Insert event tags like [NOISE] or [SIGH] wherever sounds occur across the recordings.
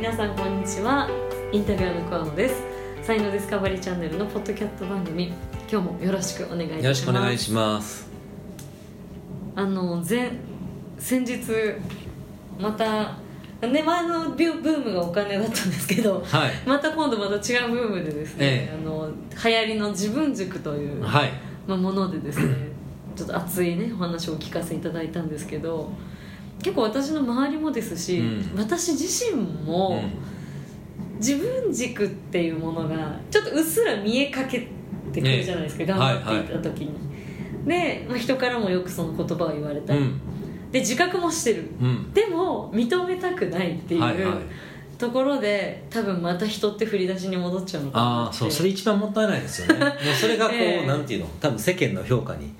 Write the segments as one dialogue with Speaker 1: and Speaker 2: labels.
Speaker 1: 皆さんこんにちはインタビュアーの桑野です才能ディスカバリーチャンネルのポッドキャット番組今日もよろしくお願いします
Speaker 2: よろしくお願いします
Speaker 1: あの前先日またね前のビュブームがお金だったんですけど
Speaker 2: はい
Speaker 1: また今度また違うブームでですね、
Speaker 2: ええ
Speaker 1: あの流行りの自分塾という、
Speaker 2: はい
Speaker 1: まあ、ものでですねちょっと熱いねお話をお聞かせいただいたんですけど結構私の周りもですし、
Speaker 2: うん
Speaker 1: 私自身
Speaker 2: う
Speaker 1: も、
Speaker 2: ん
Speaker 1: 自分軸っていうものがちょっとうっすら見えかけてくるじゃないですか、
Speaker 2: ええ
Speaker 1: 頑張っていた時に、で、まあ、人からもよくその言葉を言われたり、で自覚もしてる
Speaker 2: うん
Speaker 1: でも認めたくないって
Speaker 2: う
Speaker 1: い
Speaker 2: ん
Speaker 1: う、
Speaker 2: はいはい
Speaker 1: ところで多分また人って振り出しに戻っちゃうのかな
Speaker 2: あ
Speaker 1: っ
Speaker 2: あ
Speaker 1: て
Speaker 2: そうそれ一番もったいないですよ
Speaker 1: [LAUGHS]
Speaker 2: ねもうそれがこう、
Speaker 1: ええ
Speaker 2: なんていうの多分世間の評価に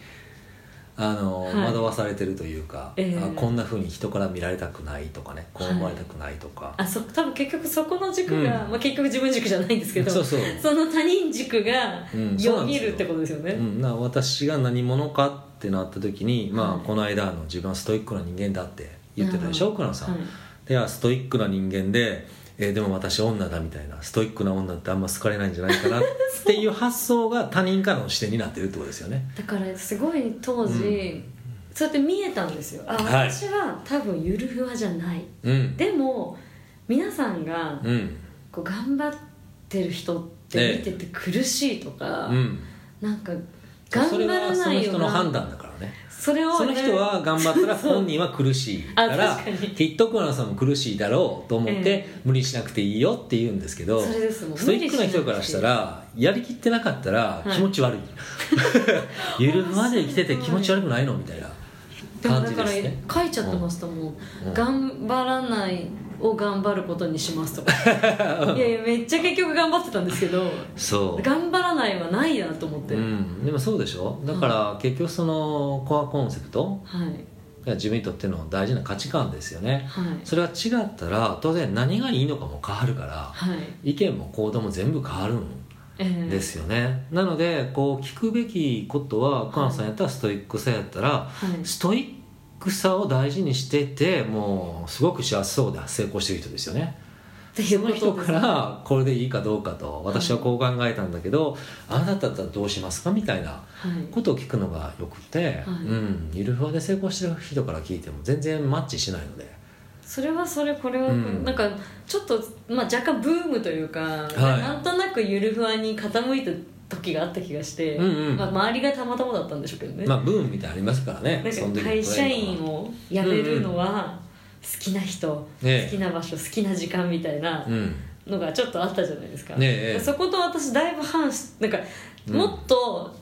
Speaker 2: あの、
Speaker 1: はい
Speaker 2: 惑わされてるというか、
Speaker 1: ええ
Speaker 2: あこんなふうに人から見られたくないとかねこう思われたくないとか、
Speaker 1: あそ多分結局そこの軸が、
Speaker 2: うん
Speaker 1: まあ、結局自分軸じゃないんですけど
Speaker 2: そうそう
Speaker 1: その他人軸が
Speaker 2: うんそうな
Speaker 1: よ
Speaker 2: んで
Speaker 1: ぎ
Speaker 2: すよ
Speaker 1: るってことですよね、
Speaker 2: うん、な私が何者かってなった時に、まあ
Speaker 1: はい
Speaker 2: この間あの自分はストイックな人間だって言ってたでしょ
Speaker 1: うん
Speaker 2: 倉野さん、
Speaker 1: はい
Speaker 2: ではストイックな人間で、えーでも私女だみたいなストイックな女ってあんま好かれないんじゃないかなっていう発想が他人からの視点になってるってことですよね
Speaker 1: だからすごい当時、
Speaker 2: うん
Speaker 1: そうやって見えたんですよあ
Speaker 2: はい
Speaker 1: 私は多分ゆるふわじゃない、
Speaker 2: うん
Speaker 1: でも皆さんが
Speaker 2: うん
Speaker 1: こう頑張ってる人って見てて苦しいとか、
Speaker 2: うん
Speaker 1: なんか頑
Speaker 2: そ
Speaker 1: 張
Speaker 2: れ
Speaker 1: ら
Speaker 2: はそ
Speaker 1: な
Speaker 2: の
Speaker 1: いよ
Speaker 2: 人
Speaker 1: な
Speaker 2: の判断だからね
Speaker 1: それを
Speaker 2: その人は頑張ったら本人は苦しい
Speaker 1: あ
Speaker 2: から
Speaker 1: 確かに
Speaker 2: きっと倉野さんも苦しいだろうと思っ
Speaker 1: え
Speaker 2: て無理しなくていいよって言うんですけど
Speaker 1: それですもん
Speaker 2: ストイックな人からしたらやりきってなかったら
Speaker 1: はい
Speaker 2: 気持ち
Speaker 1: [LAUGHS]
Speaker 2: 悪い、 [LAUGHS] ゆるふわで生きてて気持ち悪くないのみたいな
Speaker 1: でも
Speaker 2: 感
Speaker 1: だ
Speaker 2: じ
Speaker 1: か
Speaker 2: で
Speaker 1: ら
Speaker 2: すね
Speaker 1: 書いちゃってましたもん、
Speaker 2: うん
Speaker 1: 頑張らないを頑張ることにしますとかいやいやめっちゃ結局頑張ってたんですけど
Speaker 2: そう
Speaker 1: 頑張らないはないなと思って、
Speaker 2: うん、でもそうでしょだから結局そのコアコンセプト
Speaker 1: はい
Speaker 2: が自分にとっての大事な価値観ですよね
Speaker 1: はい
Speaker 2: それが違ったら当然何がいいのかも変わるから
Speaker 1: はい
Speaker 2: 意見も行動も全部変わるん
Speaker 1: えー
Speaker 2: ですよね、なのでこう聞くべきことはカンさんやったらストイックさやったら
Speaker 1: はい
Speaker 2: ストイックさを大事にしててもうすごく幸せそうで成功してる人ですよね
Speaker 1: ってい
Speaker 2: そう
Speaker 1: こ
Speaker 2: の人
Speaker 1: とです
Speaker 2: か
Speaker 1: ね
Speaker 2: らこれでいいかどうかと私はこう考えたんだけど、あなただったらどうしますかみたいな
Speaker 1: はい
Speaker 2: ことを聞くのがよくて、うん、ゆるふわで成功してる人から聞いても全然マッチしないので、
Speaker 1: それはそれこれは、
Speaker 2: うん
Speaker 1: なんかちょっと、まあ、若干ブームというか、なんとなくゆるふわに傾いた時があった気がして、
Speaker 2: うんうん
Speaker 1: まあ、周りがたまたまだったんでしょうけどね、
Speaker 2: まあブームみたいなのありますからね
Speaker 1: なんか
Speaker 2: の
Speaker 1: 会社
Speaker 2: トレン
Speaker 1: 員
Speaker 2: ドが
Speaker 1: を辞めるのは好きな人、
Speaker 2: ええ
Speaker 1: 好きな場所好きな時間みたいな
Speaker 2: うん
Speaker 1: のがちょっとあったじゃないですか、
Speaker 2: ねえ
Speaker 1: そこと私だいぶ反しなんか
Speaker 2: うん
Speaker 1: もっと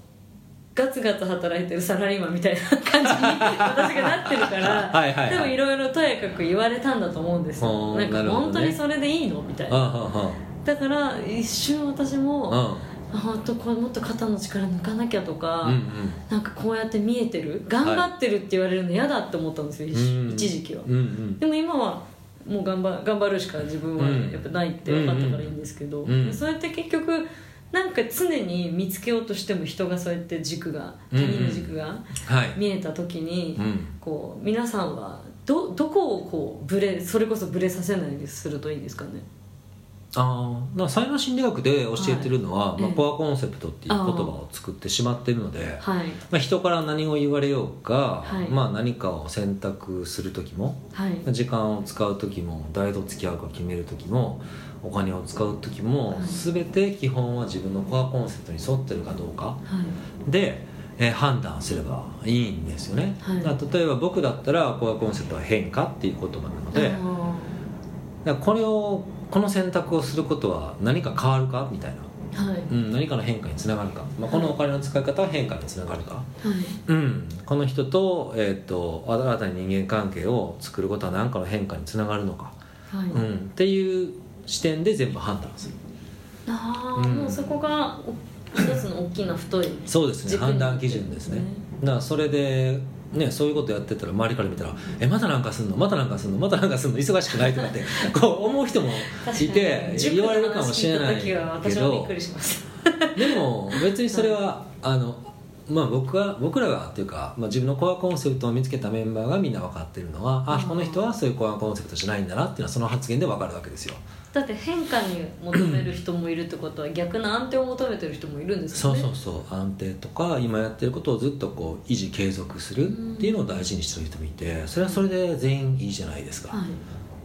Speaker 1: ガツガツ働いてるサラリーマンみたいな感
Speaker 2: [LAUGHS]
Speaker 1: じに私がなってるから
Speaker 2: はいはいはい
Speaker 1: でもいろいろとやかく言われたんだと思うんですよ
Speaker 2: ほう
Speaker 1: なんか
Speaker 2: なるほどね
Speaker 1: 本当にそれでいいのみたい
Speaker 2: あ
Speaker 1: な
Speaker 2: は
Speaker 1: だから一瞬私もあ
Speaker 2: は
Speaker 1: 本当これもっと肩の力抜かなきゃとか、
Speaker 2: うんうん
Speaker 1: なんかこうやって見えてる頑張ってるって言われるの嫌だって思ったんですよ、一
Speaker 2: うん
Speaker 1: 一時期は
Speaker 2: うんうん
Speaker 1: でも今はもう頑張頑張るしか自分はやっぱないって分かったからいいんですけど、
Speaker 2: うんうんうん
Speaker 1: そうやって結局なんか常に見つけようとしても人がそうやって軸が他人の軸が
Speaker 2: はい
Speaker 1: 見えた時に、
Speaker 2: うん
Speaker 1: こう皆さんはどどこをこうブレそれこそブレさせないようにするといいんですかね
Speaker 2: ああだから才能心理学で教えてるのは、
Speaker 1: はい
Speaker 2: まあ
Speaker 1: ええ
Speaker 2: コアコンセプトっていう言葉を作ってしまってるので、
Speaker 1: はい
Speaker 2: まあ、人から何を言われようか、
Speaker 1: はい
Speaker 2: まあ、何かを選択する時も
Speaker 1: はい
Speaker 2: 時間を使う時も誰と付き合うか決める時もお金を使う時
Speaker 1: は
Speaker 2: も
Speaker 1: い
Speaker 2: 全て基本は自分のコアコンセプトに沿ってるかどうか
Speaker 1: はい
Speaker 2: で、えー判断すればいいんですよね、
Speaker 1: はい
Speaker 2: だから例えば僕だったらコアコンセプトは変化っていう言葉なので、
Speaker 1: あ
Speaker 2: だからこれをこの選択をすることは何か変わるかみたいな、
Speaker 1: ーはい
Speaker 2: うん、何かの変化につながるか、まあ、このお金の使い方は変化につながるか、
Speaker 1: はい
Speaker 2: うん、この人と,、えー、と新たに人間関係を作ることは何かの変化につながるのか、
Speaker 1: はい、
Speaker 2: うん、っていう視点で全部判断する
Speaker 1: ああ、
Speaker 2: うん
Speaker 1: もうそこがお一つの大きな太い
Speaker 2: そうですね
Speaker 1: 軸に
Speaker 2: 判断基準ですねだからそれで、ね、そういうことやってたら周りから見たら「えまたなんかすんのまたなんかすんのまたなんかすんの忙しくない」と [LAUGHS] かってこう思う人もいて言われるかもしれない
Speaker 1: 塾の話聞いた時は
Speaker 2: け
Speaker 1: 私もびっ
Speaker 2: ど
Speaker 1: くりしました
Speaker 2: でも別にそれはあのまあ、僕は僕らがっていうか、まあ、自分のコアコンセプトを見つけたメンバーがみんな分かってるのは、あ
Speaker 1: うん
Speaker 2: この人はそういうコアコンセプトじゃないんだなっていうのはその発言で分かるわけですよ
Speaker 1: だって変化に求める人もいるってことは逆の安定を求めてる人もいるんです
Speaker 2: そ
Speaker 1: よ
Speaker 2: う
Speaker 1: ね
Speaker 2: そうそう安定とか今やってることをずっとこう維持継続するっていうのを大事にしてる人もいてそれはそれで全員いいじゃないですか、
Speaker 1: はい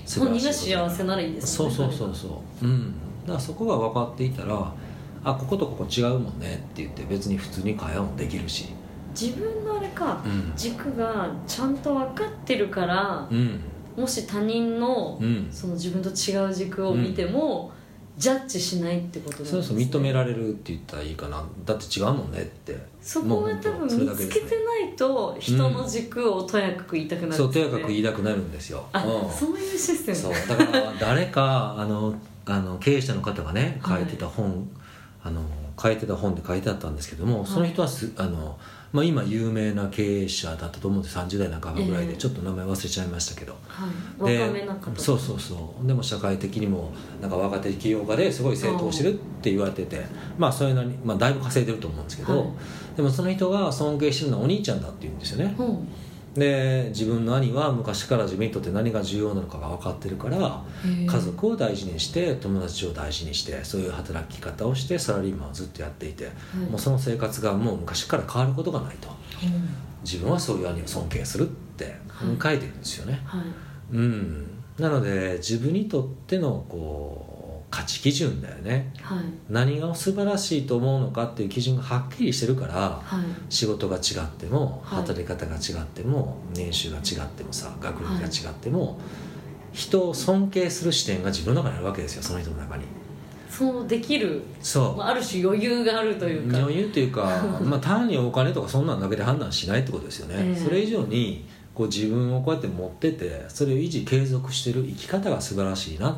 Speaker 2: 素晴
Speaker 1: 本
Speaker 2: ら
Speaker 1: 人が
Speaker 2: しいこと
Speaker 1: 幸せならいいです
Speaker 2: そ
Speaker 1: よ
Speaker 2: う
Speaker 1: ね
Speaker 2: そうそうそううんだからそこが分かっていたらあこことここ違うもんねって言って別に普通に会話もできるし
Speaker 1: 自分のあれか
Speaker 2: うん
Speaker 1: 軸がちゃんと分かってるから
Speaker 2: うん
Speaker 1: もし他人の
Speaker 2: うん
Speaker 1: その自分と違う軸を見ても、ジャッジしないってことなんです、
Speaker 2: そ
Speaker 1: ね、
Speaker 2: うそう認められるって言ったらいいかなだって違うもんねって
Speaker 1: そこは多
Speaker 2: もう本当そ
Speaker 1: 分
Speaker 2: れだ
Speaker 1: 見
Speaker 2: け
Speaker 1: つ
Speaker 2: で
Speaker 1: け
Speaker 2: すね
Speaker 1: てないと人の軸をとやかく言いたくなるんです
Speaker 2: そ
Speaker 1: よ
Speaker 2: う
Speaker 1: ね
Speaker 2: とやかく言いたくなるんですよ
Speaker 1: あ、
Speaker 2: うん
Speaker 1: そういうシステム
Speaker 2: そう [LAUGHS] だから誰かあのあの経営者の方がね書いてた本、あの書いてた本で書いてあったんですけども、
Speaker 1: い
Speaker 2: その人はすあの、まあ、今有名な経営者だったと思うんです30代半ばぐらいで、
Speaker 1: ええ
Speaker 2: ちょっと名前忘れちゃいましたけど。
Speaker 1: はい、
Speaker 2: で
Speaker 1: 若めな方
Speaker 2: そうそうそうでも社会的にもなんか若手起業家ですごい成功してるって言われててまあそれなりに、まあ、だいぶ稼いでると思うんですけど、
Speaker 1: はい
Speaker 2: でもその人が尊敬してるのはお兄ちゃんだって言うんですよね、
Speaker 1: うん
Speaker 2: で自分の兄は昔から自分にとって何が重要なのかが分かってるから
Speaker 1: へえ
Speaker 2: 家族を大事にして友達を大事にしてそういう働き方をしてサラリーマンをずっとやっていて、
Speaker 1: い
Speaker 2: もうその生活がもう昔から変わることがないと
Speaker 1: うん
Speaker 2: 自分はそういう兄を尊敬するって
Speaker 1: はい
Speaker 2: 書いてるんですよね、
Speaker 1: はい
Speaker 2: うんなので自分にとってのこう価値基準だよね
Speaker 1: はい
Speaker 2: 何が素晴らしいと思うのかっていう基準がはっきりしてるから、
Speaker 1: はい
Speaker 2: 仕事が違っても
Speaker 1: はい
Speaker 2: 働き方が違っても、年収が違ってもさ学歴が違っても、人を尊敬する視点が自分の中にあるわけですよその人の中に
Speaker 1: そのできる、
Speaker 2: そう、
Speaker 1: まあ、ある種余裕があるというか
Speaker 2: 余裕という
Speaker 1: [LAUGHS]
Speaker 2: かまあ単にお金とかそんなんだけで判断しないってことですよね、
Speaker 1: ええ
Speaker 2: それ以上にこう自分をこうやって持っててそれを維持継続してる生き方が素晴らしいなっ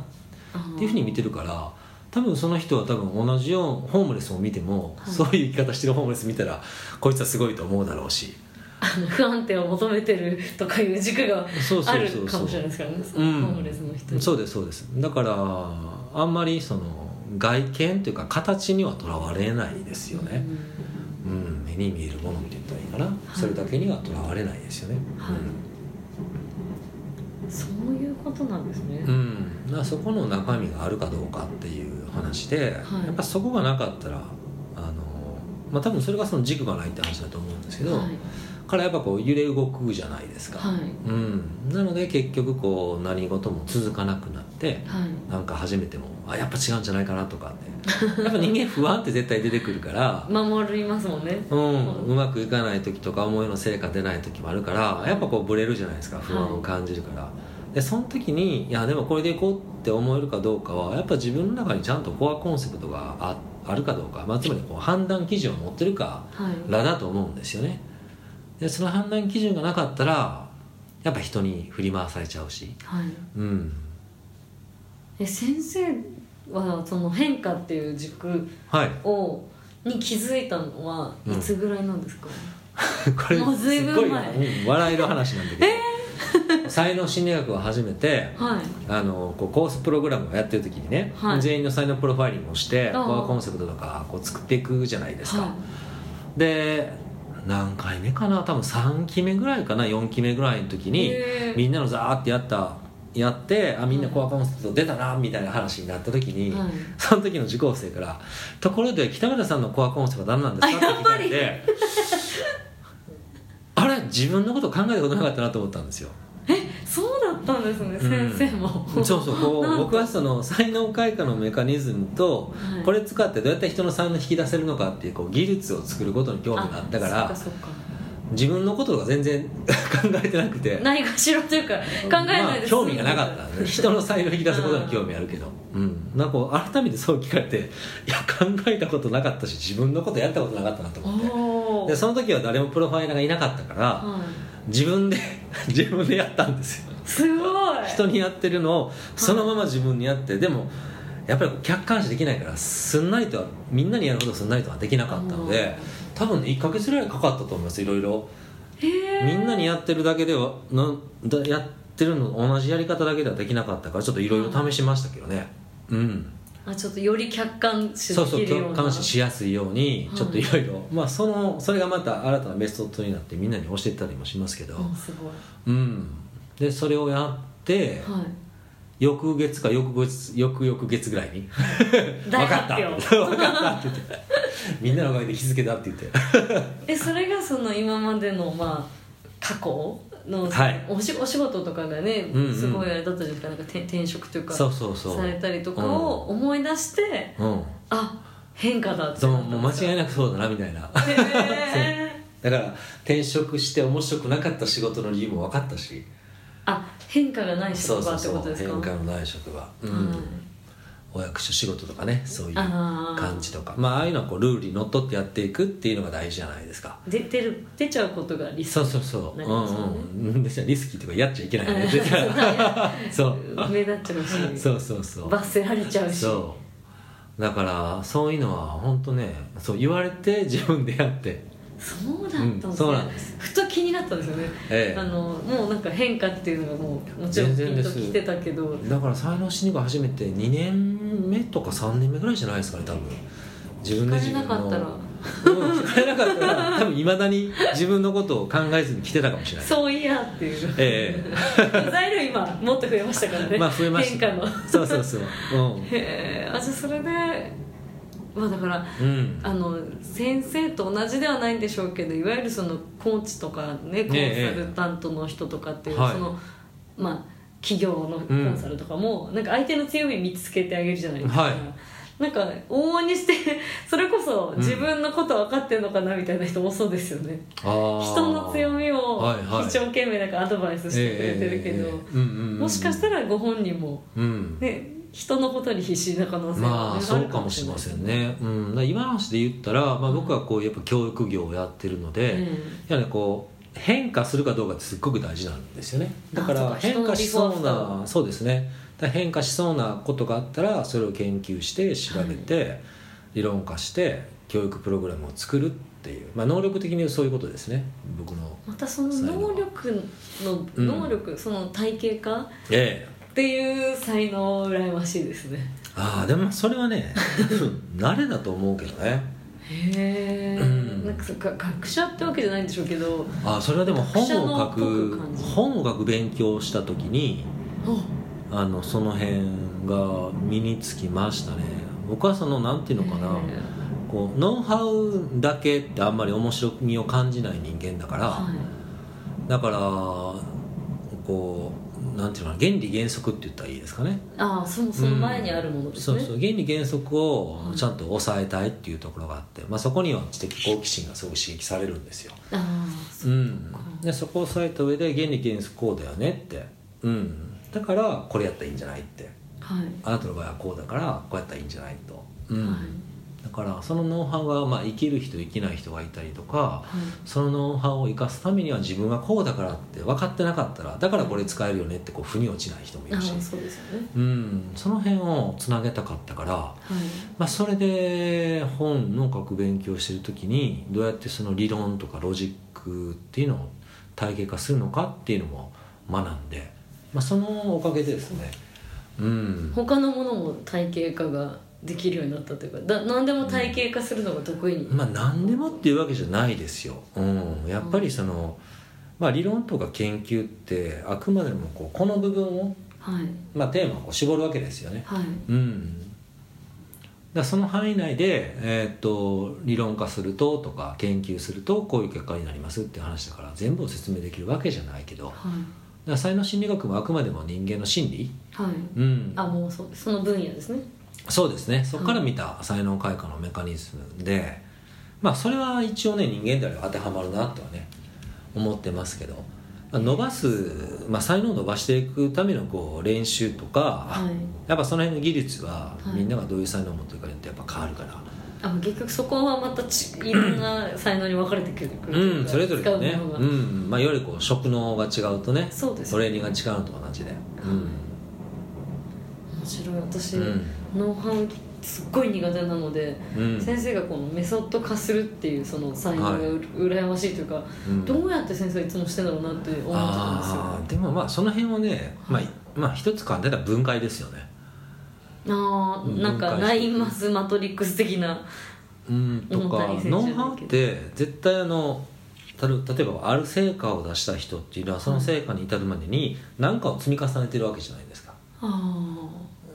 Speaker 2: っていうふうに見てるから多分その人は多分同じようホームレスを見ても、
Speaker 1: はい
Speaker 2: そういう生き方してるホームレス見たらこいつはすごいと思うだろうし
Speaker 1: あーあの不安定を求めてるとかいう軸が
Speaker 2: そ
Speaker 1: あ
Speaker 2: うそう
Speaker 1: る
Speaker 2: そう
Speaker 1: か
Speaker 2: そ
Speaker 1: もしれないうですからねそ
Speaker 2: うん
Speaker 1: のホームレスの人に
Speaker 2: そうですそうですだからあんまりその外見というか形にはとらわれないですよね、うん目に見えるものみたいなのが
Speaker 1: い
Speaker 2: いいかな、それだけにはとらわれないですよね、
Speaker 1: はいうんそういうことなんですね、
Speaker 2: うんうん、だからそこの中身があるかどうかっていう話で、
Speaker 1: はい
Speaker 2: やっぱそこがなかったらあの、まあ、多分それがその軸がないって話だと思うんですけど、
Speaker 1: はい
Speaker 2: からやっぱこう揺れ動くじゃないですか、
Speaker 1: はい
Speaker 2: うん、なので結局こう何事も続かなくなって
Speaker 1: はい
Speaker 2: なんか初めてもあやっぱ違うんじゃないかなとかね [LAUGHS] やっぱ人間不安って絶対出てくるから、
Speaker 1: 守りますもんね
Speaker 2: うん、うまくいかない時とか思いの成果出ない時もあるからやっぱこうブレるじゃないですか不安を感じるから、でその時にいやでもこれでいこうって思えるかどうかはやっぱ自分の中にちゃんとコアコンセプトがああるかどうか、まあ、つまりこう判断基準を持ってるか
Speaker 1: はい
Speaker 2: らだと思うんですよねでその判断基準がなかったらやっぱ人に振り回されちゃうし
Speaker 1: はい
Speaker 2: うん
Speaker 1: え先生はその変化っていう軸
Speaker 2: はい
Speaker 1: をに気づいたのは
Speaker 2: うん
Speaker 1: いつぐらいなんですか、
Speaker 2: [LAUGHS] これ
Speaker 1: もう随
Speaker 2: す
Speaker 1: 分
Speaker 2: ごい
Speaker 1: 前
Speaker 2: うん笑える話なんだけ
Speaker 1: [LAUGHS]
Speaker 2: ど、才能心理学を始めて
Speaker 1: はい
Speaker 2: あのこうコースプログラムをやってる時にね、
Speaker 1: はい
Speaker 2: 全員の才能プロファイリングをしてコ
Speaker 1: ああ
Speaker 2: アコンセプトとかこう作っていくじゃないですか、
Speaker 1: は
Speaker 2: で何回目かな多分3期目ぐらいかな4期目ぐらいの時に
Speaker 1: へえ
Speaker 2: みんなのザーってやったやってあみんなコアコンセプト出たなみたいな話になった時に、
Speaker 1: はい
Speaker 2: その時の受講生から「ところで北村さんのコアコンセプトは何なんですか?」って聞かれて「あれ自分のこと考えたことなかったな」と思ったんですよ。
Speaker 1: いそうだったんですね、
Speaker 2: うん
Speaker 1: 先生も
Speaker 2: そうそうこう僕はその才能開花のメカニズムと、
Speaker 1: はい
Speaker 2: これ使ってどうやって人の才能を引き出せるのかっていうこう技術を作ることに興味があったから
Speaker 1: あそっかそっ
Speaker 2: 自分のことが全然 [LAUGHS] 考えてなくて
Speaker 1: かないがしろというか考えないで
Speaker 2: まあ、
Speaker 1: す、
Speaker 2: 興味がなかったんで人の才能を引き出すことに興味あるけど、うん、なんかこう改めてそう聞かれていや考えたことなかったし自分のことやったことなかったなと思って
Speaker 1: おお
Speaker 2: でその時は誰もプロファイラーがいなかったから
Speaker 1: は
Speaker 2: 自分で [LAUGHS] 自分でやったんですよ
Speaker 1: い、すごい
Speaker 2: 人にやってるのをそのまま自分にやってでもやっぱりこう客観視できないからすんなりとはみんなにやるほどすんなりとはできなかったので多分ね1ヶ月ぐらいかかったと思いますいろいろ
Speaker 1: へえ
Speaker 2: みんなにやってるだけではのだやってるの同じやり方だけではできなかったからちょっといろいろ試しましたけどねうん
Speaker 1: あちょっとより客観視
Speaker 2: そ
Speaker 1: で
Speaker 2: うそ
Speaker 1: き
Speaker 2: う
Speaker 1: るよう
Speaker 2: 共
Speaker 1: な
Speaker 2: 感しやすいように
Speaker 1: はい
Speaker 2: ちょっといろいろまあそのそれがまた新たなメソッドになってみんなに教えてたりもしますけど
Speaker 1: うんすごい
Speaker 2: うんでそれをやって
Speaker 1: は
Speaker 2: 翌月か翌月翌々月ぐらいに「
Speaker 1: い
Speaker 2: 分か
Speaker 1: [LAUGHS] 大
Speaker 2: った
Speaker 1: 発表
Speaker 2: 分かった」 [LAUGHS] って言ってみんなのおかげで日付だって言って
Speaker 1: えそれがその今までのまあ過去の、
Speaker 2: はい
Speaker 1: おしお仕事とかがね、
Speaker 2: うんうん
Speaker 1: すごいあれだったじゃないですかなんか転転職というか
Speaker 2: そうそうそう
Speaker 1: されたりとかを思い出して、
Speaker 2: うん
Speaker 1: あ変化だって
Speaker 2: そうもう間違い
Speaker 1: い
Speaker 2: なくそうだなみたいな
Speaker 1: へー
Speaker 2: だから転職して面白くなかった仕事の理由も分かったし
Speaker 1: あ変化がない
Speaker 2: そ
Speaker 1: 職
Speaker 2: うそ
Speaker 1: 場ってこ
Speaker 2: うそ
Speaker 1: と
Speaker 2: う
Speaker 1: ですか
Speaker 2: 変化のない職場うん、
Speaker 1: はい
Speaker 2: お役所仕事とかねそういう
Speaker 1: あー
Speaker 2: 感じとかまあああいうのはこうルールにのっとってやっていくっていうのが大事じゃないですか
Speaker 1: 出てる出ちゃうことが理想
Speaker 2: そうそうそう、
Speaker 1: なり
Speaker 2: うん
Speaker 1: ますよね
Speaker 2: うんでじゃあリスキーとかやっちゃいけ [LAUGHS] ないよね
Speaker 1: [LAUGHS]
Speaker 2: 絶対そう
Speaker 1: 目立っちゃうし
Speaker 2: [LAUGHS] そうそうそう
Speaker 1: 罰せられちゃうし
Speaker 2: そうだからそういうのは本当ねそう言われて自分でやって
Speaker 1: そうだったんですね、
Speaker 2: うんそうなんです
Speaker 1: ふと気になったんですよね、
Speaker 2: ええ
Speaker 1: あのもうなんか変化っていうのがもうもちろん
Speaker 2: 全
Speaker 1: ピ
Speaker 2: 然
Speaker 1: ン
Speaker 2: で
Speaker 1: と
Speaker 2: す
Speaker 1: きてたけど
Speaker 2: だから才能死にが初めて2年目とか3年目ぐらいじゃないですかね多分自分で自
Speaker 1: 聞
Speaker 2: 分の
Speaker 1: かれなかったら
Speaker 2: うん聞かれなかったら多分いまだに自分のことを考えずに来てたかもしれない
Speaker 1: そういやっていう
Speaker 2: え
Speaker 1: [LAUGHS] 材料今もっと増えましたから
Speaker 2: え
Speaker 1: ね
Speaker 2: まあ増えました
Speaker 1: 変化の
Speaker 2: そうそうそう
Speaker 1: へえあじゃあそれでまあだから
Speaker 2: うん、うん、
Speaker 1: あの先生と同じではないんでしょうけどいわゆるそのコーチとかねコン
Speaker 2: ええ
Speaker 1: サルタントの人とかっていう、
Speaker 2: はい
Speaker 1: そのまあ企業のコンサルとかも、なんか相手の強み見つけてあげるじゃないですか、
Speaker 2: はい
Speaker 1: なんか往々にして [LAUGHS] それこそ
Speaker 2: ん
Speaker 1: 自分のこと分かってんのかなみたいな人多そうですよね、
Speaker 2: あー
Speaker 1: 人の強みを
Speaker 2: はいはい
Speaker 1: 一生懸命なんかアドバイスしてくれてるけど、
Speaker 2: ええええええうんうんうん
Speaker 1: もしかしたらご本人も
Speaker 2: うん
Speaker 1: ね人のことに必死な可能性がね
Speaker 2: まあ
Speaker 1: あ
Speaker 2: そ
Speaker 1: る
Speaker 2: うかもしれませ
Speaker 1: ね。
Speaker 2: んね、うん、だから今の話で言ったら、まあ、僕はこうやっぱ教育業をやってるので、
Speaker 1: うん
Speaker 2: やはりこう変化するかどうかってすっごく大事なんですよねだか
Speaker 1: あそう
Speaker 2: ら
Speaker 1: か
Speaker 2: 変化しそ
Speaker 1: 人のリ
Speaker 2: う
Speaker 1: フォー
Speaker 2: なそうですねだから変化しそうなことがあったらそれを研究して調べて、理論化して教育プログラムを作るっていう、まあ、能力的にそういうことですね僕の
Speaker 1: またその能力の
Speaker 2: うん
Speaker 1: 能力、その体系化っ
Speaker 2: ええ
Speaker 1: ていう才能羨ましいですね
Speaker 2: ああでもそれはね [LAUGHS] 慣れだと思うけどね
Speaker 1: へえ、
Speaker 2: うん
Speaker 1: なんかそうか学者ってわけじゃないんでしょうけど
Speaker 2: ああそれはでも本を書
Speaker 1: 学者のっぽく
Speaker 2: く
Speaker 1: 感じ
Speaker 2: 本を書く勉強をした時にあのその辺が身につきましたね僕はそのなんていうのかな、
Speaker 1: へえ
Speaker 2: こうノウハウだけってあんまり面白みを感じない人間だから、
Speaker 1: はい
Speaker 2: だからこうなんていうのかな原理原則って言ったらいいですかね
Speaker 1: ああそのその前にあるものですね、
Speaker 2: そうそう原理原則をちゃんと抑えたいっていうところがあって、まあ、そこには知的好奇心がすごく刺激されるんですよ、、
Speaker 1: ああそううん
Speaker 2: でそこを抑えた上で原理原則こうだよねって、うん、だからこれやったらいいんじゃないって
Speaker 1: はい、
Speaker 2: あなたの場合はこうだからこうやったらいいんじゃないと、うん
Speaker 1: はい
Speaker 2: だからそのノウハウが、まあ、生きる人生きない人がいたりとか
Speaker 1: はい
Speaker 2: そのノウハウを生かすためには自分がこうだからって分かってなかったらだからこれ使えるよねってこう腑に落ちない人もい
Speaker 1: あ
Speaker 2: るし
Speaker 1: あそうですよね
Speaker 2: うんその辺をつなげたかったから、
Speaker 1: はい
Speaker 2: まあ、それで本の書く勉強をしてる時にどうやってその理論とかロジックっていうのを体系化するのかっていうのも学んで、まあ、そのおかげでですねうん
Speaker 1: 他のものも体系化ができるようになったというかだ何でも体系化するのが得意に、
Speaker 2: まあ何でもっていうわけじゃないですよ、うん、やっぱりその、まあ、理論とか研究ってあくまでもこうこの部分を、
Speaker 1: はい
Speaker 2: まあ、テーマをこう絞るわけですよね、
Speaker 1: はい
Speaker 2: うん、だからその範囲内で、えーっと理論化するととか研究するとこういう結果になりますっていう話だから全部を説明できるわけじゃないけどだか
Speaker 1: はい
Speaker 2: ら才能心理学もあくまでも人間の心理、
Speaker 1: はい
Speaker 2: うん、
Speaker 1: あもうそうその分野ですね
Speaker 2: そうですねそこから見た才能開花のメカニズムで、まあそれは一応ね人間であれば当てはまるなとはね思ってますけどまあ伸ばす、まあ、才能を伸ばしていくためのこう練習とか、
Speaker 1: はい
Speaker 2: やっぱその辺の技術は
Speaker 1: はい
Speaker 2: みんながどういう才能を持ってるかによってやっぱ変わるから、
Speaker 1: あ結局そこはまたちいろんな才能に分かれてくるくるというか
Speaker 2: うんそれぞれでね
Speaker 1: 使うものが、
Speaker 2: うんまあ、よりこう職能が違うとね
Speaker 1: そうです
Speaker 2: ト
Speaker 1: ね
Speaker 2: レーニングが違うのと同じで、
Speaker 1: 面白い私、
Speaker 2: うん
Speaker 1: ノウハウすっごい苦手なので、
Speaker 2: うん
Speaker 1: 先生がこのメソッド化するっていうその才能がう、
Speaker 2: はいう
Speaker 1: らやましいというか、
Speaker 2: うん
Speaker 1: どうやって先生はいつもしてんだろうなって思ってたんですよ
Speaker 2: ああーでもまあその辺はね、まあ、まあ一つ考えたら分解ですよね
Speaker 1: あーなんか
Speaker 2: 分
Speaker 1: ラ
Speaker 2: 解して
Speaker 1: インマスマトリックス的な
Speaker 2: うんと
Speaker 1: 思った
Speaker 2: か
Speaker 1: りせん
Speaker 2: ノ
Speaker 1: じゃないけ
Speaker 2: ウ
Speaker 1: ど
Speaker 2: ハウって絶対あのたる例えばある成果を出した人っていうのはその成果に至るまでに何かを積み重ねてるわけじゃないですか
Speaker 1: あ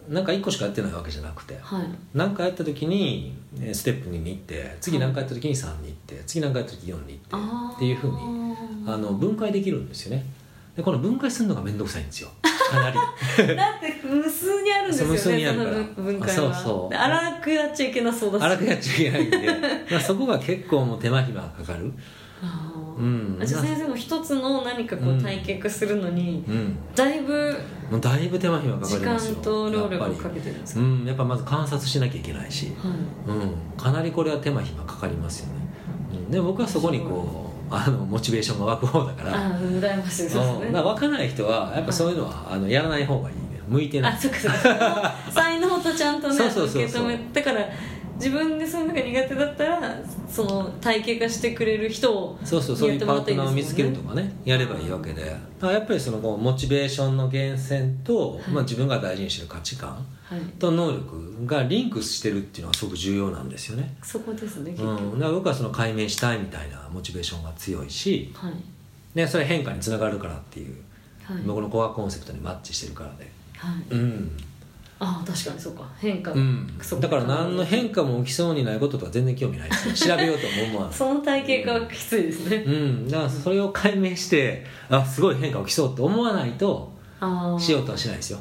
Speaker 2: なんか1個しかやってないわけじゃなくて
Speaker 1: あはい
Speaker 2: 何かやった時にえーステップ2に行って次何かやった時に3に行って次何かやった時4に行
Speaker 1: あー
Speaker 2: ってっていうふうにあの分解できるんですよねでこの分解するのが面倒くさいんですよかなり
Speaker 1: だって無数にあるんですよね
Speaker 2: そう無数にあるから
Speaker 1: その文化は
Speaker 2: あそうそう
Speaker 1: で荒くやっちゃいけなそうだし
Speaker 2: 荒くやっちゃいけない
Speaker 1: [LAUGHS]
Speaker 2: んでまあそこが結構もう手間暇がかかる
Speaker 1: あ
Speaker 2: う
Speaker 1: ー
Speaker 2: ん
Speaker 1: あじゃあ先生も一つの何かこ
Speaker 2: うん
Speaker 1: う対決するのに、
Speaker 2: うん
Speaker 1: だいぶ
Speaker 2: もうだいぶ手間暇かか
Speaker 1: 時
Speaker 2: りま
Speaker 1: 間
Speaker 2: すよ
Speaker 1: と労力を
Speaker 2: や
Speaker 1: か
Speaker 2: っぱ
Speaker 1: けてるんです
Speaker 2: り
Speaker 1: か、
Speaker 2: うんやっぱまず観察しなきゃいけないし、
Speaker 1: はい、
Speaker 2: うん、かなりこれは手間暇かかりますよね、うん、で僕はそこにこうあのモチベーションが湧く方だから
Speaker 1: ああ羨ましいです
Speaker 2: うん
Speaker 1: ね
Speaker 2: だから湧かない人はやっぱそういうのは、あのやらない方がいいね向いてない
Speaker 1: あそっかそっかその才能とちゃんとね
Speaker 2: そうそうそうそう
Speaker 1: 受け止めだから自分でそういうのが苦手だったらその体系化してくれる人を
Speaker 2: そうそうそういうパートナーを見つけると
Speaker 1: か
Speaker 2: かねやればいいわけでだからやっぱりそのこうモチベーションの源泉と、まあ、自分が大事にしてる価値観
Speaker 1: はい
Speaker 2: と能力がリンクしてるっていうのはすごく重要なんですよね、
Speaker 1: そこですね結局、
Speaker 2: うん、だから僕はその解明したいみたいなモチベーションが強いし、
Speaker 1: はい
Speaker 2: ね、それ変化につながるからっていう、
Speaker 1: はい
Speaker 2: 僕のコアコンセプトにマッチしてるからで、
Speaker 1: はい
Speaker 2: うん
Speaker 1: ああ確かにそうか変化、
Speaker 2: うん
Speaker 1: そ、う
Speaker 2: だから何の変化も起きそうにないこととか全然興味ないですね [LAUGHS] 調べようとも思わない
Speaker 1: その体系化はきついですね、
Speaker 2: うん、だからそれを解明してあすごい変化起きそうって思わないと
Speaker 1: ああ
Speaker 2: しようとはしないですよ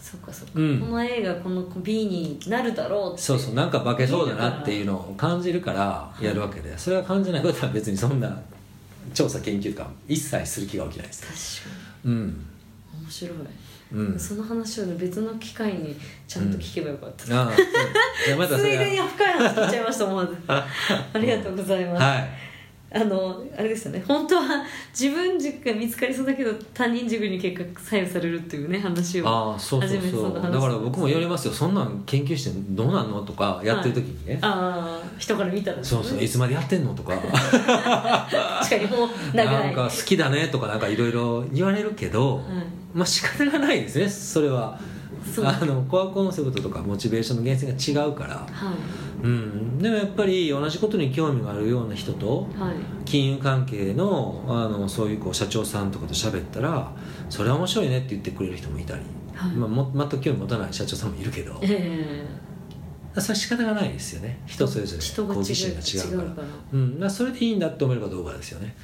Speaker 1: そうかそうか、
Speaker 2: うん
Speaker 1: この A がこの B になるだろうって
Speaker 2: そうそうなんか化けそうだなっていうのを感じるからやるわけでそれは感じないことは別にそんな調査研究とか一切する気が起きないです
Speaker 1: 確
Speaker 2: う
Speaker 1: か
Speaker 2: ん
Speaker 1: に面白い、
Speaker 2: うん
Speaker 1: その話をね別の機会にちゃんと聞けばよかった、 [LAUGHS]
Speaker 2: ああそうじゃあまたそ
Speaker 1: つい
Speaker 2: れ
Speaker 1: でに
Speaker 2: は
Speaker 1: 深い話聞いちゃいました思わ
Speaker 2: [LAUGHS]
Speaker 1: ずありがとうございます、
Speaker 2: はい
Speaker 1: あのあれですよね本当は自分軸が見つかりそうだけど他人軸に結果左右されるっていうね話を
Speaker 2: ああそうそう
Speaker 1: 初めて
Speaker 2: そ
Speaker 1: そん
Speaker 2: う
Speaker 1: な
Speaker 2: だ
Speaker 1: 話
Speaker 2: から僕も言われますよそんなん研究してどうなんのとかやってる時にね、
Speaker 1: ああ人から見たらです
Speaker 2: そ
Speaker 1: ね
Speaker 2: うそういつまでやってんのとか
Speaker 1: 確かにもう [LAUGHS] 長い
Speaker 2: なんか好きだねとかなんかいろいろ言われるけど、まあ仕方がないですねそれは
Speaker 1: そう
Speaker 2: あのコアコンセプトとかモチベーションの源泉が違うから、
Speaker 1: はい
Speaker 2: うん、でもやっぱり同じことに興味があるような人と
Speaker 1: はい
Speaker 2: 金融関係のあのそういうこう社長さんとかと喋ったら「それは面白いね」って言ってくれる人もいたり、
Speaker 1: はい
Speaker 2: まあ、も全く興味持たない社長さんもいるけど
Speaker 1: え
Speaker 2: それは仕方がないですよね人それぞれ
Speaker 1: 人が違う
Speaker 2: 好奇心が違うから
Speaker 1: 違うから
Speaker 2: うん、だからそれでいいんだって思えるかどうかですよね
Speaker 1: え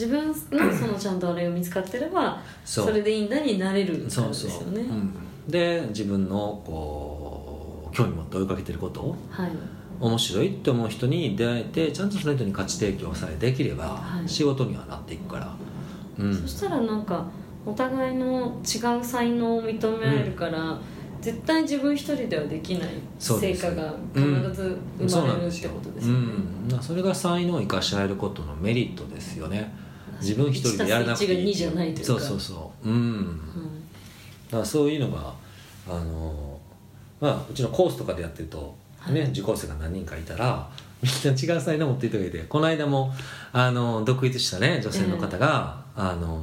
Speaker 1: 自分のそのちゃんとあれを見つかってれば
Speaker 2: そう
Speaker 1: それでいいんだになれるから
Speaker 2: そう
Speaker 1: です
Speaker 2: そう
Speaker 1: よね
Speaker 2: うん、で自分のこう興味持って追いかけてることを
Speaker 1: はい
Speaker 2: 面白いって思う人に出会えてちゃんとその人に価値提供さえできれば、
Speaker 1: はい
Speaker 2: 仕事にはなっていくから、うん、
Speaker 1: そしたらなんかお互いの違う才能を認め合えるから、絶対自分一人ではできない
Speaker 2: そう
Speaker 1: 成
Speaker 2: です
Speaker 1: 果が必ず
Speaker 2: そ
Speaker 1: 生
Speaker 2: う
Speaker 1: ま
Speaker 2: なん
Speaker 1: れる
Speaker 2: で
Speaker 1: っ
Speaker 2: す
Speaker 1: て
Speaker 2: よ
Speaker 1: ことです
Speaker 2: う
Speaker 1: よね。
Speaker 2: ん、だからそれが才能を生かし合えることのメリットですよね自分一人でやらなくて
Speaker 1: 1+1
Speaker 2: いい
Speaker 1: が2じゃないというか
Speaker 2: そうそうそううんだからそういうのがあのまあうちのコースとかでやってると、ね受講生が何人かいたらみんな違う才能持っていただいてこの間もあの独立したね女性の方が、あの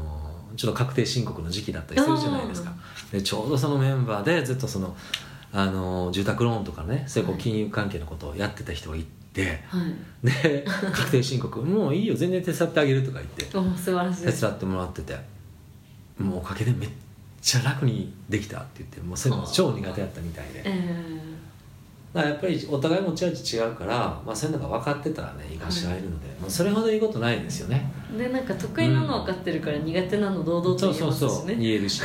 Speaker 2: ちょっと確定申告の時期だったりするじゃないですかでちょうどそのメンバーでずっとそのあの住宅ローンとかねそういうこう
Speaker 1: はい
Speaker 2: 金融関係のことをやってた人がいて
Speaker 1: うんはい
Speaker 2: で [LAUGHS] 確定申告「もういいよ全然手伝ってあげる」とか言って
Speaker 1: お素晴らしい
Speaker 2: 手
Speaker 1: です
Speaker 2: 伝ってもらっててもうおかげでめっちゃ楽にできたって言ってもうそういうの超苦手だったみたいで
Speaker 1: え
Speaker 2: だからやっぱりお互い持ち味違うから、まあ、そういうのが分かってたらね生かし合えるので、もうそれほどいいことないですよね
Speaker 1: ーでなんか得意なの分かってるから苦手なの堂々と
Speaker 2: そ
Speaker 1: 言
Speaker 2: う
Speaker 1: え
Speaker 2: そ
Speaker 1: ま
Speaker 2: う
Speaker 1: すしね
Speaker 2: そう言えるし、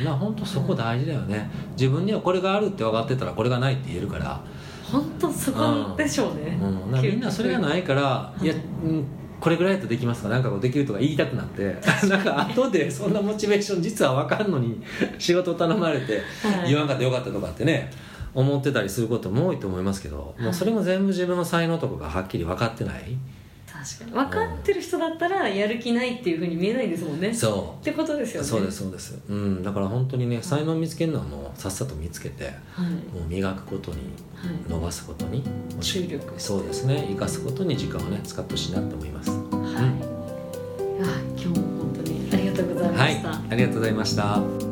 Speaker 2: うん、な本当そこ大事だよね自分にはこれがあるって分かってたらこれがないって言えるから、
Speaker 1: 本当そこでしょうね、
Speaker 2: うん、だからみんなそれが
Speaker 1: い
Speaker 2: ないからいや、うん、これぐらいだとできますかなんかこうできるとか言いたくなってなんか後でそんなモチベーション実は分かん
Speaker 1: [LAUGHS]
Speaker 2: のに仕事頼まれて
Speaker 1: はい
Speaker 2: 言わんかったらよかったとかってね思ってたりすることも多いと思いますけど、もうそれも全部自分の才能とかがはっきり分かってない
Speaker 1: 確かに分かってる人だったらやる気ないっていうふうに見えないですもんね
Speaker 2: そ
Speaker 1: ってことですよ
Speaker 2: う
Speaker 1: ね
Speaker 2: そうですそうです、うん、だから本当にね才能見つけるのはもうさっさと見つけて
Speaker 1: はい
Speaker 2: もう磨くことに
Speaker 1: はい
Speaker 2: 伸ばすことに
Speaker 1: 注力
Speaker 2: そうですね生かすことに時間をね使ってほしいなと思います
Speaker 1: はい、あ今日も本当にありがとうございま
Speaker 2: はい
Speaker 1: した、
Speaker 2: ありがとうございました